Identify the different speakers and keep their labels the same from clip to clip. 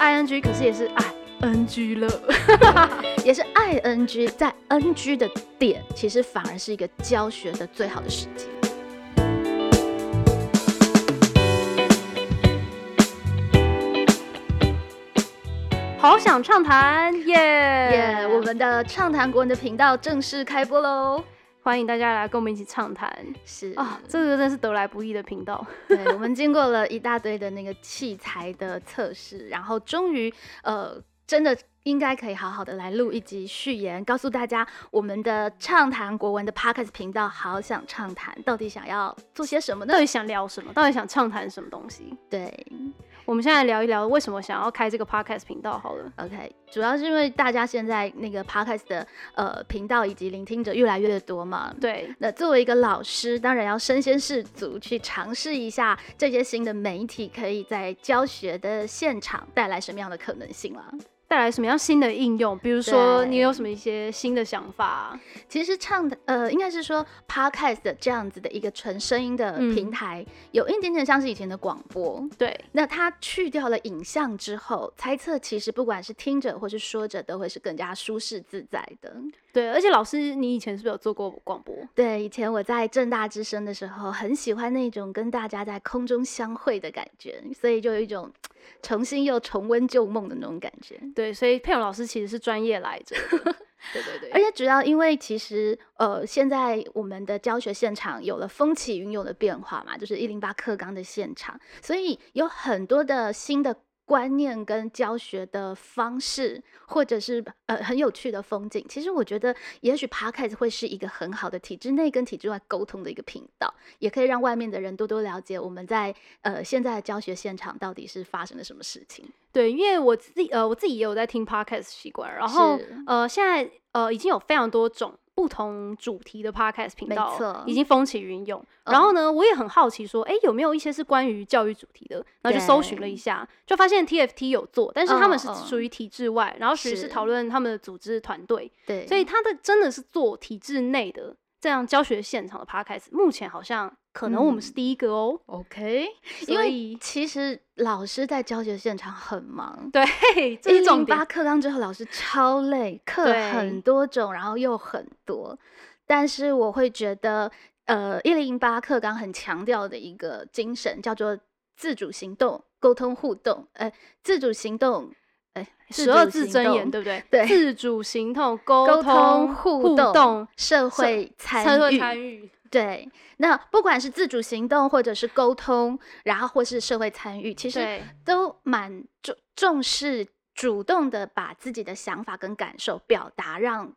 Speaker 1: NG，可是也是哎 NG 了，也是爱 NG，在 NG 的点，其实反而是一个教学的最好的时机。
Speaker 2: 好想畅谈耶！
Speaker 1: 耶、我们的畅谈国文的频道正式开播喽！
Speaker 2: 欢迎大家来跟我们一起畅谈
Speaker 1: 是
Speaker 2: 啊！这个真是得来不易的频道，
Speaker 1: 对，我们经过了一大堆的那个器材的测试，然后终于呃，真的应该可以好好的来录一集序言，告诉大家我们的畅谈国文的 podcast 频道好想畅谈，到底想要做些什么呢
Speaker 2: 到？底想聊什么？到底想畅谈什么东西？
Speaker 1: 对
Speaker 2: 我们现在聊一聊为什么想要开这个 podcast 频道好了。
Speaker 1: ，OK，主要是因为大家现在那个 podcast 的呃频道以及聆听者越来越多嘛。
Speaker 2: 对，
Speaker 1: 那作为一个老师，当然要身先士卒，去尝试一下这些新的媒体可以在教学的现场带来什么样的可能性啦。
Speaker 2: 带来什么样新的应用？比如说，
Speaker 1: 对
Speaker 2: 你有什么一些新的想法啊？
Speaker 1: 其实唱的呃，应该是说 podcast 的这样子的一个纯声音的
Speaker 2: 嗯
Speaker 1: 平台，有一点点像是以前的广播。
Speaker 2: 对，
Speaker 1: 那它去掉了影像之后，猜测其实不管是听者或是说者，都会是更加舒适自在的。
Speaker 2: 对，而且老师，你以前是不是有做过广播？
Speaker 1: 对，以前我在正大之声的时候，很喜欢那种跟大家在空中相会的感觉，所以就有一种重新又重温旧梦的那种感觉。
Speaker 2: 对，所以佩勇老师其实是专业来着 的。对对对，
Speaker 1: 而且主要因为其实呃，现在我们的教学现场有了风起云涌的变化嘛，就是一零八课纲的现场，所以有很多的新的观念跟教学的方式，或者是呃很有趣的风景。其实我觉得，也许 Podcast 会是一个很好的体制内跟体制外沟通的一个频道，也可以让外面的人多多了解我们在呃现在的教学现场到底是发生了什么事情。
Speaker 2: 对，因为我自己呃，我自己也有在听 podcast 习惯，然后
Speaker 1: 是
Speaker 2: 呃，现在呃已经有非常多种不同主题的 podcast 频
Speaker 1: 没
Speaker 2: 道
Speaker 1: 错，嗯
Speaker 2: 已经风起云涌。然后呢，我也很好奇说，哎，有没有一些是关于教育主题的？然后就搜寻了一下，就发现 TFT 有做，但是他们是
Speaker 1: 嗯嗯
Speaker 2: 属于体制外，然后属于
Speaker 1: 是
Speaker 2: 是讨论他们的组织团队，
Speaker 1: 对，
Speaker 2: 所以他的真的是做体制内的这样教学现场的 podcast，目前好像可能我
Speaker 1: 嗯
Speaker 2: 们是第一个哦。
Speaker 1: OK，因
Speaker 2: 所
Speaker 1: 为
Speaker 2: 以
Speaker 1: 其实老师在教学现场很忙。
Speaker 2: 对，这
Speaker 1: 一
Speaker 2: 是重
Speaker 1: 零
Speaker 2: 点
Speaker 1: 八。课纲之后，老师超累，课
Speaker 2: 对
Speaker 1: 很多种，然后又很多。但是我会觉得，呃，一零八课纲很强调的一个精神叫做自主行动、沟通互动，呃，自主行动，呃，
Speaker 2: 十二
Speaker 1: 自
Speaker 2: 字
Speaker 1: 主行
Speaker 2: 真言，
Speaker 1: 动
Speaker 2: 对不对？
Speaker 1: 对
Speaker 2: 自主行动、沟
Speaker 1: 沟
Speaker 2: 通、
Speaker 1: 互
Speaker 2: 动、
Speaker 1: 社
Speaker 2: 社
Speaker 1: 会参
Speaker 2: 社会
Speaker 1: 与，
Speaker 2: 参与。
Speaker 1: 对，那不管是自主行动，或者是沟通，然后或是社会参与，其实
Speaker 2: 对
Speaker 1: 都蛮重重视主动的把自己的想法跟感受表达，让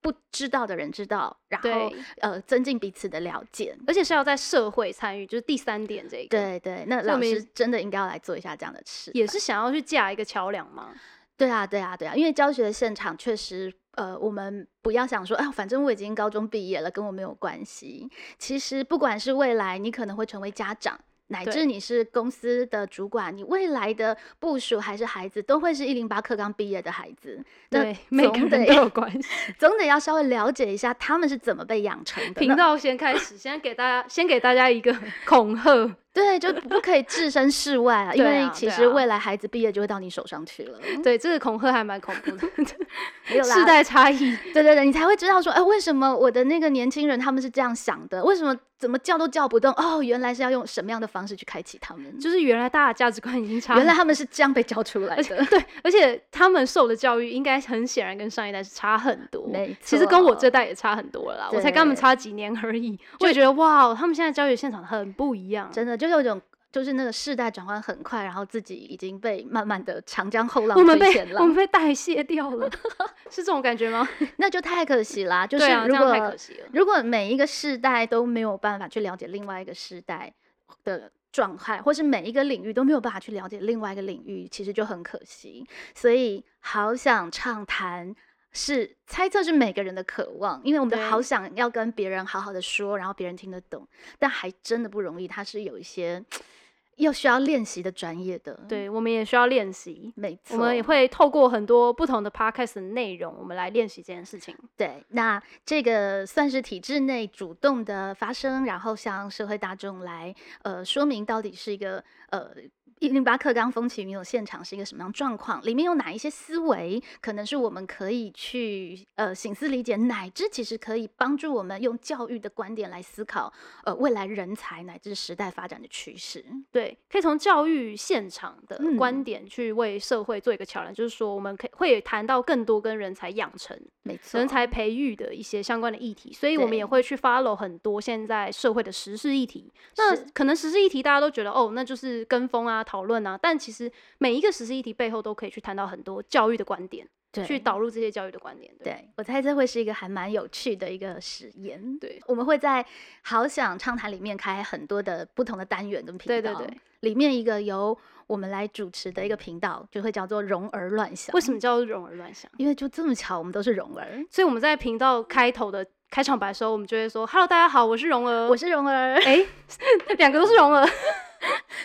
Speaker 1: 不知道的人知道，然后
Speaker 2: 对，
Speaker 1: 呃增进彼此的了解。
Speaker 2: 而且是要在社会参与，就是第三点这个。，
Speaker 1: 对对，那
Speaker 2: 所以我
Speaker 1: 老
Speaker 2: 们也
Speaker 1: 师真的应该要来做一下这样的事。
Speaker 2: 也是想要去架一个桥梁嘛。
Speaker 1: 对啊，对啊，对啊，因为教学现场确实，呃，我们不要想说，哎，反正我已经高中毕业了，跟我没有关系。其实，不管是未来你可能会成为家长，乃至
Speaker 2: 对
Speaker 1: 你是公司的主管，你未来的部署还是孩子，都会是一零八课刚毕业的孩子。那
Speaker 2: 对，每个
Speaker 1: 总
Speaker 2: 人
Speaker 1: 得
Speaker 2: 都有 关系。
Speaker 1: 总得要稍微了解一下他们是怎么被养成的。
Speaker 2: 频
Speaker 1: 那
Speaker 2: 道先开始，先给大家，先给大家 一个恐吓。
Speaker 1: 对，就不可以置身事外啊，因
Speaker 2: 对
Speaker 1: 为
Speaker 2: 啊
Speaker 1: 其
Speaker 2: 对
Speaker 1: 实
Speaker 2: 啊
Speaker 1: 未来孩子毕业就会到你手上去了。
Speaker 2: 对，这个恐吓还蛮恐怖 的，
Speaker 1: 没有啦，
Speaker 2: 世代差异。
Speaker 1: 对对对，你才会知道说，哎，为什么我的那个年轻人他们是这样想的？为什么怎么叫都叫不动？哦，原来是要用什么样的方式去开启他们？
Speaker 2: 就是原来大家价值观已经差，
Speaker 1: 原来他们是这样被教出来
Speaker 2: 而且
Speaker 1: 的。
Speaker 2: 对，而且他们受的教育应该很显然跟上一代是差很多
Speaker 1: 没，
Speaker 2: 其实跟我
Speaker 1: 错
Speaker 2: 这代也差很多了啦，我才跟他们
Speaker 1: 对
Speaker 2: 差几年而已。我也觉得哇，哦他们现在教育现场很不一样。
Speaker 1: 真的就是有一种，就是那个世代转换很快，然后自己已经被慢慢的长江后浪
Speaker 2: 我们
Speaker 1: 推
Speaker 2: 被
Speaker 1: 前
Speaker 2: 我们
Speaker 1: 浪，
Speaker 2: 被代谢掉 了，是这种感觉吗？
Speaker 1: 那就太可惜啦。就是
Speaker 2: 对啊，这
Speaker 1: 如
Speaker 2: 样
Speaker 1: 果、
Speaker 2: 太可惜了。
Speaker 1: 如果每一个世代都没有办法去了解另外一个世代的状态，或是每一个领域都没有办法去了解另外一个领域，其实就很可惜。所以，好想畅谈是猜测是每个人的渴望，因为我们都
Speaker 2: 对
Speaker 1: 好想要跟别人好好的说，然后别人听得懂，但还真的不容易，它是有一些又需要练习的专业的。，
Speaker 2: 对，我们也需要练习。
Speaker 1: 没错，
Speaker 2: 我们也会透过很多不同的 podcast 的内容，我们来练习这件事情。
Speaker 1: 对，那这个算是体制内主动的发生，然后向社会大众来呃说明到底是一个呃一零八课纲风起云涌现场是一个什么样的状况，里面有哪一些思维，可能是我们可以去呃醒思理解，乃至其实可以帮助我们用教育的观点来思考呃未来人才乃至时代发展的趋势。
Speaker 2: 对，可以从教育现场的
Speaker 1: 嗯
Speaker 2: 观点去为社会做一个桥梁，就是说我们可以会谈到更多跟人才养成、
Speaker 1: 没错，
Speaker 2: 人才培育的一些相关的议题，所以我们
Speaker 1: 对
Speaker 2: 也会去 follow 很多现在社会的时事议题。那
Speaker 1: 是
Speaker 2: 可能时事议题大家都觉得哦，那就是跟风啊、讨论啊，但其实每一个时事议题背后都可以去谈到很多教育的观点，
Speaker 1: 对
Speaker 2: 去导入这些教育的观点。对
Speaker 1: 对，我猜这会是一个还蛮有趣的一个实验。
Speaker 2: 对，
Speaker 1: 我们会在《好想畅谈》里面开很多的不同的单元跟频
Speaker 2: 对
Speaker 1: 道。
Speaker 2: 对对。
Speaker 1: 里面一个由我们来主持的一个频道，就会叫做“容儿乱想”。
Speaker 2: 为什么？叫容而乱想？
Speaker 1: 因为就这么巧，我们都是容儿。
Speaker 2: 所以我们在频道开头的开场白的时候，我们就会说：“Hello，大家好，我是容儿。”
Speaker 1: 我是容 儿，
Speaker 2: 哎，两个都是容儿。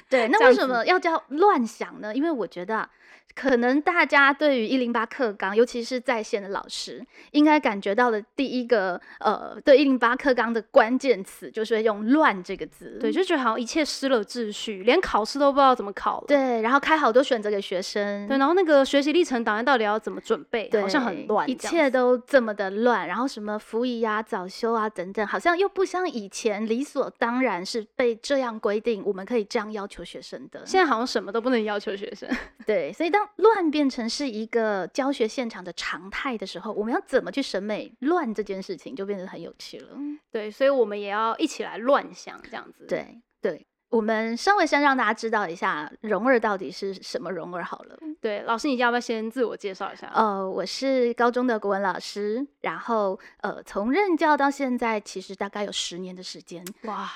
Speaker 1: 对，
Speaker 2: 这
Speaker 1: 那
Speaker 2: 样
Speaker 1: 为什么要叫乱想呢？因为我觉得啊，可能大家对于一零八课纲，尤其是在线的老师，应该感觉到的第一个呃，对一零八课纲的关键词就是会用“乱”这个字。
Speaker 2: 对，就觉得好像一切失了秩序，连考试都不知道怎么考了。
Speaker 1: 对，然后开好多选择给学生。
Speaker 2: 对然后那个学习历程档案到底要怎么准备，
Speaker 1: 对
Speaker 2: 好像很乱这
Speaker 1: 一
Speaker 2: 样子。
Speaker 1: 切都这么的乱，然后什么服役啊、早休啊等等，好像又不像以前理所当然是被这样规定，我们可以这样要求学生的。
Speaker 2: 现在好像什么都不能要求学生。
Speaker 1: 对，所以当乱变成是一个教学现场的常态的时候，我们要怎么去审美乱这件事情，就变得很有趣了。
Speaker 2: 对，所以我们也要一起来乱想这样子。，
Speaker 1: 对对，我们稍微先让大家知道一下蓉儿到底是什么蓉儿好了。
Speaker 2: 对，老师，你要不要先自我介绍一下？
Speaker 1: 呃，我是高中的国文老师，然后呃，从任教到现在，其实大概有十年的时间。
Speaker 2: 哇，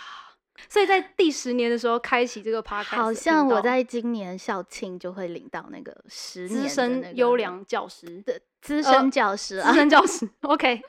Speaker 2: 所以在第十年的时候开启这个 podcast，
Speaker 1: 好像
Speaker 2: 频
Speaker 1: 我
Speaker 2: 道
Speaker 1: 在今年校庆就会领到那个十年
Speaker 2: 资
Speaker 1: 的那
Speaker 2: 深
Speaker 1: 个
Speaker 2: 优良教师，
Speaker 1: 的资
Speaker 2: 呃
Speaker 1: 深教师
Speaker 2: 资
Speaker 1: 啊
Speaker 2: 深教师 ，OK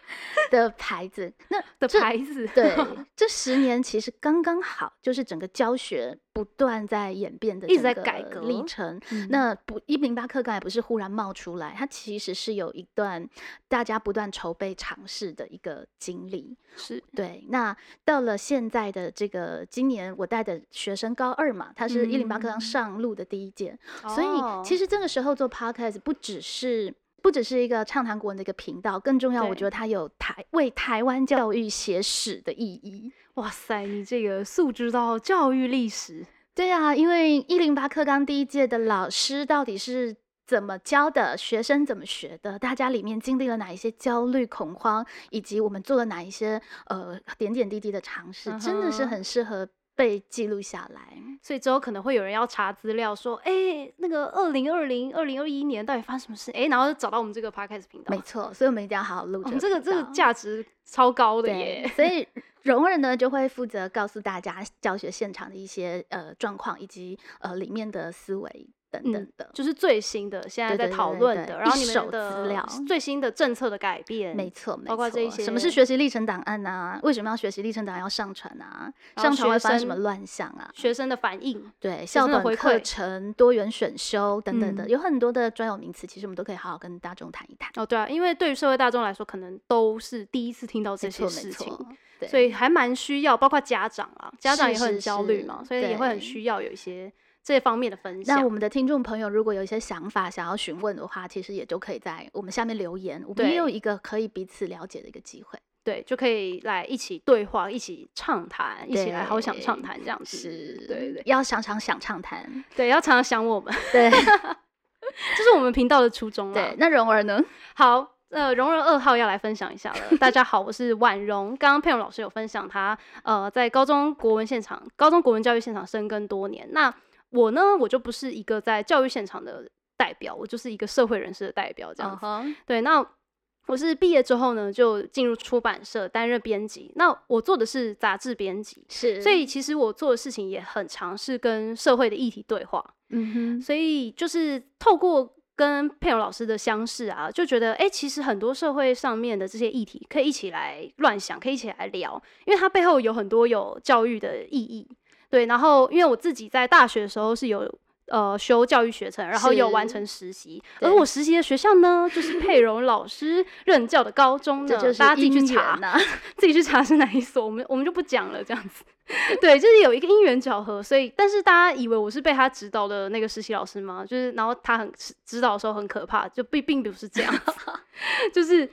Speaker 1: 的牌子。 那
Speaker 2: 的
Speaker 1: 这
Speaker 2: 牌子。
Speaker 1: 对这十年其实刚刚好，就是整个教学不断在演变的
Speaker 2: 一
Speaker 1: 整
Speaker 2: 直在
Speaker 1: 个
Speaker 2: 改革
Speaker 1: 历程。
Speaker 2: 嗯
Speaker 1: 那不一零八课纲也不是忽然冒出来，它其实是有一段大家不断筹备尝试的一个经历。
Speaker 2: 是
Speaker 1: 对，那到了现在的这个今年，我带的学生高二嘛，他是一零八课
Speaker 2: 嗯哦
Speaker 1: 纲上路的第一届，所以其
Speaker 2: 实
Speaker 1: 实这个时候做 podcast 不只是。不只是一个畅谈国文的一个频道，更重要，我
Speaker 2: 对
Speaker 1: 觉得它有台为台湾教育写史的意义。
Speaker 2: 哇塞，你这个素知道教育历史，
Speaker 1: 对啊，因为一零八课纲第一届的老师到底是怎么教的，学生怎么学的，大家里面经历了哪一些焦虑、恐慌，以及我们做了哪一些呃点点滴滴的尝试，真的是
Speaker 2: 嗯哼
Speaker 1: 很适合被记录下来。
Speaker 2: 所以之后可能会有人要查资料，说，哎、那个二零二零、二零二一年到底发生什么事？哎、然后就找到我们这个 podcast 频道，
Speaker 1: 没错，所以我们一定要好好录这
Speaker 2: 我们、
Speaker 1: 个、
Speaker 2: 哦这个这个。价值超高的
Speaker 1: 对
Speaker 2: 耶，，
Speaker 1: 所以蓉儿呢就会负责告诉大家教学现场的一些呃状况，以及呃里面的思维等等的。
Speaker 2: 就是最新的现在
Speaker 1: 对
Speaker 2: 在
Speaker 1: 对
Speaker 2: 讨
Speaker 1: 对
Speaker 2: 论
Speaker 1: 对
Speaker 2: 的，
Speaker 1: 一
Speaker 2: 然后你
Speaker 1: 手
Speaker 2: 们的
Speaker 1: 资料
Speaker 2: 最新的政策的改变，
Speaker 1: 没错，没
Speaker 2: 包括这一
Speaker 1: 错什么
Speaker 2: 些
Speaker 1: 是学习历程档案啊？为什么要学习历程档案要上传啊？
Speaker 2: 然后
Speaker 1: 上传会
Speaker 2: 哦学
Speaker 1: 发生什
Speaker 2: 生
Speaker 1: 么乱象啊？
Speaker 2: 学生的反应，
Speaker 1: 对，
Speaker 2: 生
Speaker 1: 校
Speaker 2: 的回
Speaker 1: 本课
Speaker 2: 馈
Speaker 1: 程、多元选修等等的，
Speaker 2: 嗯
Speaker 1: 有很多的专有名词，其实我们都可以好好跟大众谈一谈。
Speaker 2: 哦，对啊，因为对于社会大众来说，可能都是第一次听到这
Speaker 1: 没
Speaker 2: 些
Speaker 1: 错，
Speaker 2: 事
Speaker 1: 没
Speaker 2: 情，
Speaker 1: 错，对，
Speaker 2: 所以还蛮需要，包括家长啊，家长
Speaker 1: 是
Speaker 2: 也会很
Speaker 1: 是
Speaker 2: 焦虑嘛，
Speaker 1: 是
Speaker 2: 所以也会很
Speaker 1: 对
Speaker 2: 需要有一些这方面的分享。
Speaker 1: 那我们的听众朋友如果有一些想法想要询问的话，其实也就可以在我们下面留言，我们
Speaker 2: 对
Speaker 1: 也有一个可以彼此了解的一个机会。
Speaker 2: 对，就可以来一起对话，一起畅谈，一起来好想畅
Speaker 1: 对
Speaker 2: 谈这样子。
Speaker 1: 是，
Speaker 2: 嗯对对
Speaker 1: 要常常想畅谈。
Speaker 2: 对，要常常想我们，
Speaker 1: 对
Speaker 2: 这是我们频道的初衷啦
Speaker 1: 对，。那蓉儿呢？
Speaker 2: 好。呃，蓉蓉二号要来分享一下了。大家好，我是婉蓉。刚刚佩蓉老师有分享她呃在高中国文现场、高中国文教育现场深耕多年。那我呢，我就不是一个在教育现场的代表，我就是一个社会人士的代表这样子。
Speaker 1: 嗯哼，
Speaker 2: 对，那我是毕业之后呢，就进入出版社担任编辑。那我做的是杂志编辑，
Speaker 1: 是，
Speaker 2: 所以其实我做的事情也很尝试跟社会的议题对话。
Speaker 1: 嗯哼，
Speaker 2: 所以就是透过跟佩蓉老师的相识啊，就觉得哎、诶其实很多社会上面的这些议题可以一起来乱想，可以一起来聊，因为它背后有很多有教育的意义。对，然后因为我自己在大学的时候是有呃修教育学程，然后有完
Speaker 1: 是
Speaker 2: 成实习，
Speaker 1: 对
Speaker 2: 而我实习的学校呢，就是佩蓉老师任教的高中
Speaker 1: 这
Speaker 2: 呢，
Speaker 1: 就是
Speaker 2: 大家自己去
Speaker 1: 姻缘啊
Speaker 2: 查，
Speaker 1: 呐、
Speaker 2: 自己去查是哪一所，我们我们就不讲了，这样子。 对，就是有一个因缘巧合，所以但是大家以为我是被他指导的那个实习老师吗？就是然后他很指导的时候很可怕，就并并不是这样 子就是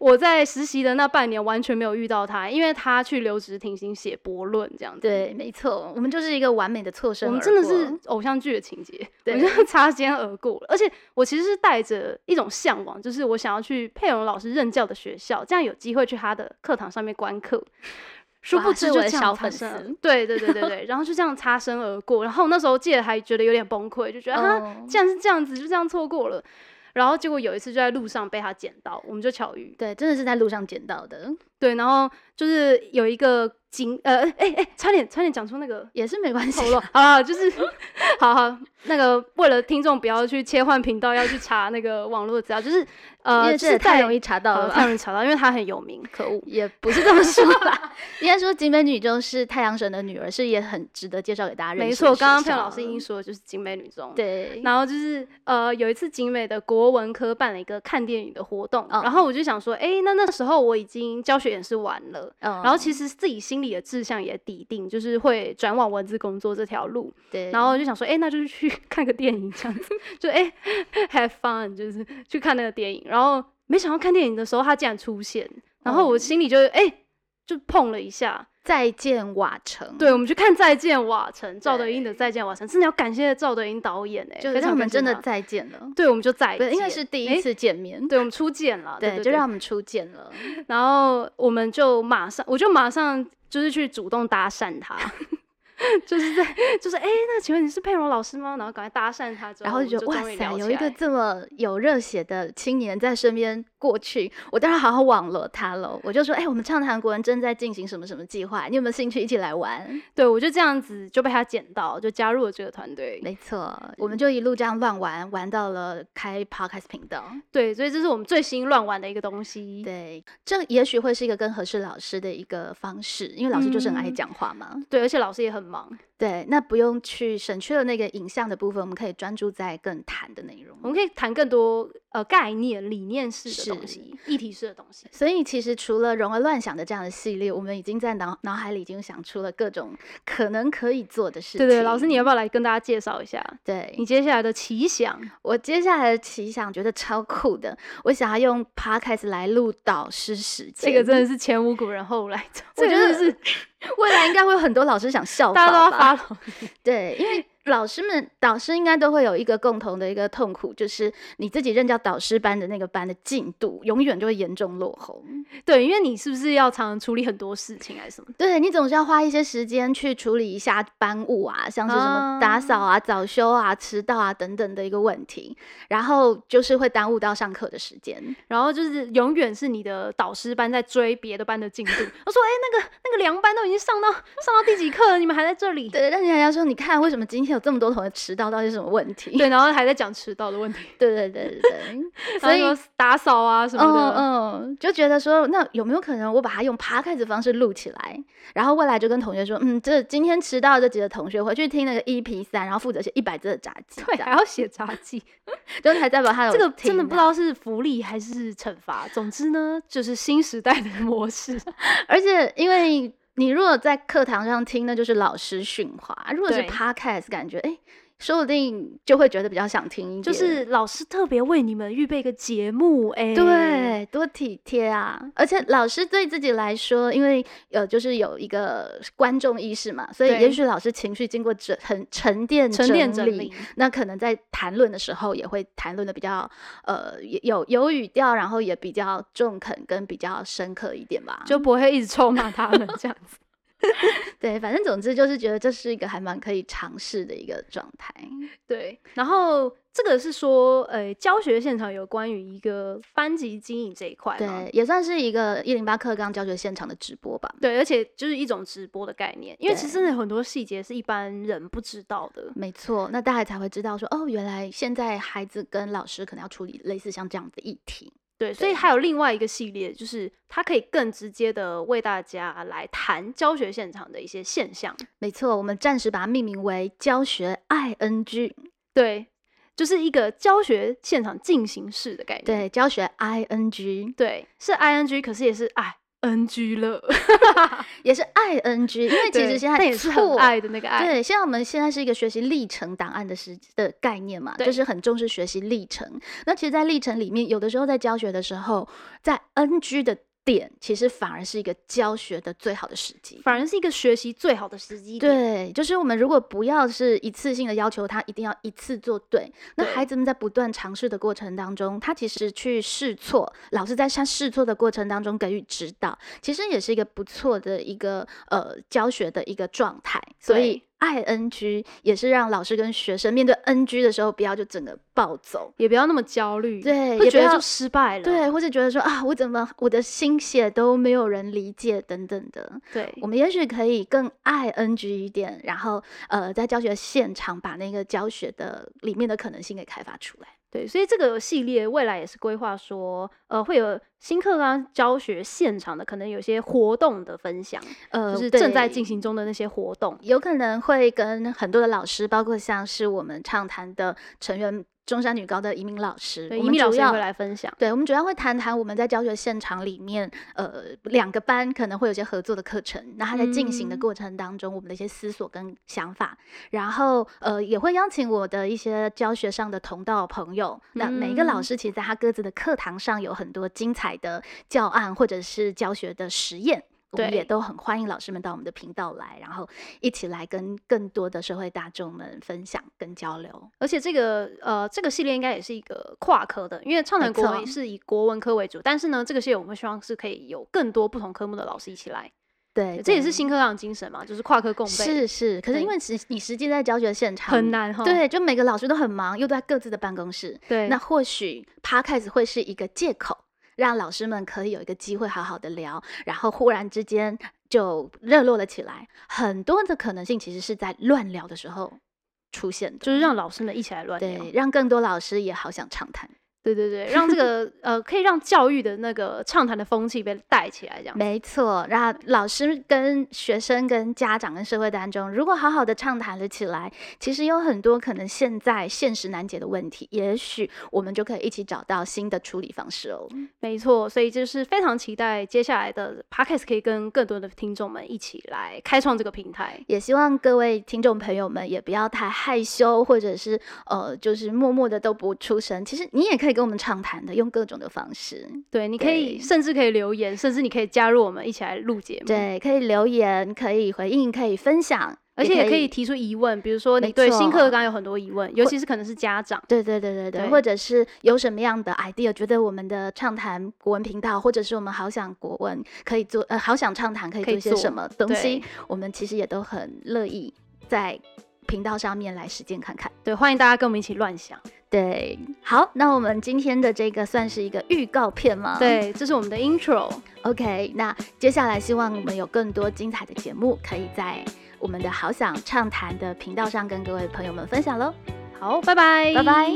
Speaker 2: 我在实习的那半年完全没有遇到他，因为他去留职停薪写博论这样子。
Speaker 1: 对，没错，我们就是一个完美的错身而
Speaker 2: 我们
Speaker 1: 过。
Speaker 2: 真的是偶像剧的情节，我们
Speaker 1: 对
Speaker 2: 就 擦肩而过了。而且我其实是带着一种向往，就是我想要去佩蓉老师任教的学校，这样有机会去他的课堂上面观课。殊
Speaker 1: 哇
Speaker 2: 不
Speaker 1: 是我
Speaker 2: 知就
Speaker 1: 的
Speaker 2: 这
Speaker 1: 小
Speaker 2: 样擦
Speaker 1: 粉
Speaker 2: 身而
Speaker 1: 丝，
Speaker 2: 对对对对对，然后就这样擦身而过。然后我那时候记得还觉得有点崩溃，就觉得哈、
Speaker 1: 哦
Speaker 2: 竟然是这样子，就这样错过了。然后结果有一次就在路上被他捡到，我们就巧遇。
Speaker 1: 对，真的是在路上捡到的，
Speaker 2: 对，然后就是有一个警，呃，哎哎哎，差点差点讲出那个
Speaker 1: 也是没关系
Speaker 2: 透。露。好了，就是好好那个，为了听众不要去切换频道，要去查那个网络资料，就是
Speaker 1: 因
Speaker 2: 呃，
Speaker 1: 为
Speaker 2: 就
Speaker 1: 这
Speaker 2: 是
Speaker 1: 也太
Speaker 2: 在
Speaker 1: 容易查到
Speaker 2: 好
Speaker 1: 了
Speaker 2: 了，
Speaker 1: 吧？
Speaker 2: 太容易查到，因为他很有名，可恶。
Speaker 1: 也不是这么说吧，应该说景美女中是太阳神的女儿，是也很值得介绍给大家认识。
Speaker 2: 没错，刚刚佩蓉老师已经说，就是景美女中。。
Speaker 1: 对，
Speaker 2: 然后就是呃，有一次景美的国文科办了一个看电影的活动，
Speaker 1: 嗯
Speaker 2: 然后我就想说，哎，那那时候我已经教学演示完了，
Speaker 1: 嗯
Speaker 2: 然后其实自己心里的志向也底定，就是会转往文字工作这条路。
Speaker 1: 对，
Speaker 2: 然后就想说，哎、那就是去 看个电影这样子，就哎、have fun，就是去看那个电影。然后没想到看电影的时候，他竟然出现，然后我
Speaker 1: 哦
Speaker 2: 心里就哎、就碰了一下。
Speaker 1: 再见瓦城，，
Speaker 2: 对，我们去看《再见瓦城》，赵德胤的《
Speaker 1: 对
Speaker 2: 再见瓦城》，真的要感谢赵德胤导演哎、
Speaker 1: 就
Speaker 2: 非
Speaker 1: 让
Speaker 2: 常
Speaker 1: 我
Speaker 2: 感
Speaker 1: 们
Speaker 2: 谢
Speaker 1: 真的
Speaker 2: 他
Speaker 1: 再见了，
Speaker 2: 对，我们就再
Speaker 1: 不
Speaker 2: 见，
Speaker 1: 应该是第
Speaker 2: 诶
Speaker 1: 一次见面，
Speaker 2: 对，我们初见了，对，
Speaker 1: 对，
Speaker 2: 对
Speaker 1: 就
Speaker 2: 对
Speaker 1: 让我们初见了，
Speaker 2: 然后我们就马上，我就马上就是去主动搭讪 他，就是在就是哎、那请问你是佩蓉老师吗？然后赶快搭讪他之后，
Speaker 1: 然后
Speaker 2: 我们
Speaker 1: 就
Speaker 2: 就
Speaker 1: 觉得哇
Speaker 2: 终于
Speaker 1: 塞，
Speaker 2: 聊
Speaker 1: 有
Speaker 2: 起
Speaker 1: 一个
Speaker 2: 来
Speaker 1: 这么有热血的青年在身边过去，我当然好好网罗他喽。我就说，哎、我们畅谈国人正在进行什么什么计划，你有没有兴趣一起来玩？
Speaker 2: 对我就这样子就被他捡到，就加入了这个团队。
Speaker 1: 没错，我们就一路这样乱玩，玩到了开 podcast 频道。
Speaker 2: 对，所以这是我们最新乱玩的一个东西。
Speaker 1: 对，这也许会是一个跟合适老师的一个方式，因为老师就是很爱
Speaker 2: 嗯
Speaker 1: 讲话嘛。
Speaker 2: 对，而且老师也很忙，
Speaker 1: 对，那不用去省去了那个影像的部分，我们可以专注在更谈的内容
Speaker 2: 我。们可以谈更多呃概念、理念式的东
Speaker 1: 是
Speaker 2: 西、议题式的东西。
Speaker 1: 所以其实除了融合乱想的这样的系列，我们已经在脑脑海里已经想出了各种可能可以做的事
Speaker 2: 对
Speaker 1: 情。
Speaker 2: 对，老师你要不要来跟大家介绍一下
Speaker 1: 对
Speaker 2: 你接下来的奇想？
Speaker 1: 我接下来的奇想觉得超酷的，我想要用 podcast 来录导师时间。
Speaker 2: 这个真的是前无古人后无来 者，
Speaker 1: 我
Speaker 2: 这
Speaker 1: 觉
Speaker 2: 个
Speaker 1: 得
Speaker 2: 真的是
Speaker 1: 未来应该会有很多老师想效仿
Speaker 2: 大家都要
Speaker 1: 吧
Speaker 2: 发了。
Speaker 1: 对，因为老师们、导师应该都会有一个共同的一个痛苦，就是你自己任教导师班的那个班的进度，永远就会严重落后。
Speaker 2: 对，因为你是不是要常常处理很多事情还是什么的？
Speaker 1: 对你总是要花一些时间去处理一下班务啊，像是什么打
Speaker 2: 啊
Speaker 1: 扫啊、早休啊、迟到啊等等的一个问题，然后就是会耽误到上课的时间。
Speaker 2: 然后就是永远是你的导师班在追别的班的进度。我说， 哎、那个那个梁班都已经上到上到第几课了，你们还在这里？
Speaker 1: 对，但是人家说，你看为什么今天有这么多同学迟到，到底是什么问题？
Speaker 2: 对，然后还在讲迟到的 问题，
Speaker 1: 对对对对对，所
Speaker 2: 所
Speaker 1: 以
Speaker 2: 以打扫啊什么的。
Speaker 1: 嗯嗯，就觉得说，那有没有可能我把它用 podcast 的方式录起来，然后未来就跟同学说，嗯，这今天迟到的这几个同学回去听那个 EP 三，然后负责写一百字的杂记，
Speaker 2: 对，
Speaker 1: 这
Speaker 2: 还
Speaker 1: 样
Speaker 2: 要写杂记，哦
Speaker 1: 就才代表他有
Speaker 2: 这个真的不知
Speaker 1: 道。
Speaker 2: 道是福利还是惩罚。总之呢，就是新时代的 模式。
Speaker 1: 而且因为你如果在课堂上听，那就是老师训话；如果是
Speaker 2: 对
Speaker 1: podcast，感觉哎，说不定就会觉得比较想听一点，
Speaker 2: 就是老师特别为你们预备一个节目，哎、
Speaker 1: 对，多体贴啊！而且老师对自己来说，因为呃，就是有一个观众意识嘛，所以也
Speaker 2: 对
Speaker 1: 许老师情绪经过整很沉淀
Speaker 2: 沉淀
Speaker 1: 整
Speaker 2: 整
Speaker 1: 理，
Speaker 2: 理，
Speaker 1: 那可能在谈论的时候也会谈论的比较呃也有有语调，然后也比较中肯跟比较深刻一点吧。
Speaker 2: 就不会一直臭骂他们这样子。
Speaker 1: 对，反正总之就是觉得这是一个还蛮可以尝试的一个状态。
Speaker 2: 对，然后这个是说，呃，教学现场有关于一个班级经营这一块嘛，
Speaker 1: 对，也算是一个一零八课纲教学现场的直播吧。
Speaker 2: 对，而且就是一种直播的概念，因为其
Speaker 1: 对
Speaker 2: 实真的有很多细节是一般人不知道的。
Speaker 1: 没错，那大家才会知道说，哦，原来现在孩子跟老师可能要处理类似像这样的议题。
Speaker 2: 对，所以
Speaker 1: 对
Speaker 2: 还有另外一个系列，就是它可以更直接的为大家来谈教学现场的一些现象。
Speaker 1: 没错，我们暂时把它命名为教学 ING。
Speaker 2: 对，就是一个教学现场进行式的概念。
Speaker 1: 对，教学 I N G
Speaker 2: 对，是 I N G，可是也是爱 N G 了，
Speaker 1: 也是 I N G，因为其
Speaker 2: 对
Speaker 1: 实现在
Speaker 2: 但也是很
Speaker 1: 错
Speaker 2: 爱的那个爱。
Speaker 1: 对，现在我们现在是一个学习历程档案的时的概念嘛，
Speaker 2: 对
Speaker 1: 就是很重视学习历程。那其实，在历程里面，有的时候在教学的时候，在 NG 的点，其实反而是一个教学的最好的时机。
Speaker 2: 反而是一个学习最好的时机点。
Speaker 1: 对，就是我们如果不要是一次性的要求他一定要一次做对，那
Speaker 2: 对
Speaker 1: 孩子们在不断尝试的过程当中，他其实去试错，老师在他试错的过程当中给予指导，其实也是一个不错的一个呃教学的一个状态。所以
Speaker 2: 对
Speaker 1: I N G 也是让老师跟学生面对 N G 的时候，不要就整个暴走。
Speaker 2: 也不要那么焦虑，
Speaker 1: 对
Speaker 2: 嗯会
Speaker 1: 也
Speaker 2: 觉
Speaker 1: 不
Speaker 2: 得
Speaker 1: 要
Speaker 2: 就失败了。
Speaker 1: 对，或者觉得说啊，我怎么我的心血都没有人理解等等的，
Speaker 2: 对，
Speaker 1: 我们也许可以更爱 NG 一点，然后呃，在教学现场把那个教学的里面的可能性给开发出来。
Speaker 2: 对，所以这个系列未来也是规划说，呃，会有新课纲教学现场的，可能有些活动的分享，
Speaker 1: 呃，
Speaker 2: 就是正在
Speaker 1: 对
Speaker 2: 进行中的那些活动。
Speaker 1: 有可能会跟很多的老师，包括像是我们畅谈的成员中山女高的移民老师，
Speaker 2: 对，
Speaker 1: 我
Speaker 2: 一
Speaker 1: 们
Speaker 2: 米老
Speaker 1: 主
Speaker 2: 师也
Speaker 1: 要
Speaker 2: 会来分享。
Speaker 1: 对，我们主要会谈谈我们在教学现场里面，呃，两个班可能会有一些合作的课程，那它在进行的
Speaker 2: 嗯
Speaker 1: 过程当中，我们的一些思索跟想法，然后呃，也会邀请我的一些教学上的同道朋友。那每一个老
Speaker 2: 嗯
Speaker 1: 师其实在他各自的课堂上有很多精彩的教案或者是教学的实验。我们也
Speaker 2: 对
Speaker 1: 都很欢迎老师们到我们的频道来，然后一起来跟更多的社会大众们分享跟交流。
Speaker 2: 而且这个呃，这个系列应该也是一个跨科的，因为畅
Speaker 1: 没
Speaker 2: 谈国文
Speaker 1: 错
Speaker 2: 是以国文科为主，但是呢，这个系列我们希望是可以有更多不同科目的老师一起来，
Speaker 1: 对，
Speaker 2: 这也
Speaker 1: 对
Speaker 2: 是新课纲的精神嘛，就是跨科共备，
Speaker 1: 是是，可是因
Speaker 2: 对
Speaker 1: 为实你实际在教学现场
Speaker 2: 很难哈。哦
Speaker 1: 对，就每个老师都很忙，又都在各自的办公室。
Speaker 2: 对，
Speaker 1: 那或许 podcast 会是一个借口，让老师们可以有一个机会好好的聊，然后忽然之间就热络了起来。很多的可能性其实是在乱聊的时候出现的，
Speaker 2: 就是让老师们一起来乱聊。
Speaker 1: 对，让更多老师也好想畅谈。
Speaker 2: 对对对，让这 个呃，可以让教育的那个畅谈的风气被带起来，这样。
Speaker 1: 没错，那老师跟学生、跟家长、跟社会当中，如果好好的畅谈了起来，其实有很多可能现在现实难解的问题，也许我们就可以一起找到新的处理方式哦。
Speaker 2: 没错，所以就是非常期待接下来的 podcast 可以跟更多的听众们一起来开创这个平台。
Speaker 1: 也希望各位听众朋友们也不要太害羞，或者是呃，就是默默的都不出声。其实你也可以跟我们畅谈的，用各种的方式。
Speaker 2: 对，你可以
Speaker 1: 对
Speaker 2: 甚至可以留言，甚至你可以加入我们一起来录节目。，
Speaker 1: 对，可以留言，可以回应，可以分享，
Speaker 2: 而且也
Speaker 1: 也
Speaker 2: 可以提出疑问，比如说你对
Speaker 1: 没错
Speaker 2: 新课纲有很多疑问，尤其是可能是家长。
Speaker 1: 对对对对对，
Speaker 2: 对
Speaker 1: 或者是有什么样的 idea，觉得我们的畅谈国文频道，或者是我们好想国文可以做，呃，好想畅谈可以
Speaker 2: 可以
Speaker 1: 做些
Speaker 2: 做
Speaker 1: 什么东西
Speaker 2: 对，
Speaker 1: 我们其实也都很乐意在频道上面来实践看看。
Speaker 2: 对，欢迎大家跟我们一起乱想。
Speaker 1: 对，好，那我们今天的这个算是一个预告片吗？
Speaker 2: 对，这是我们的 intro。
Speaker 1: ，OK，那接下来希望我们有更多精彩的节目，可以在我们的好想畅谈的频道上跟各位朋友们分享喽。
Speaker 2: 好，拜拜，
Speaker 1: 拜拜。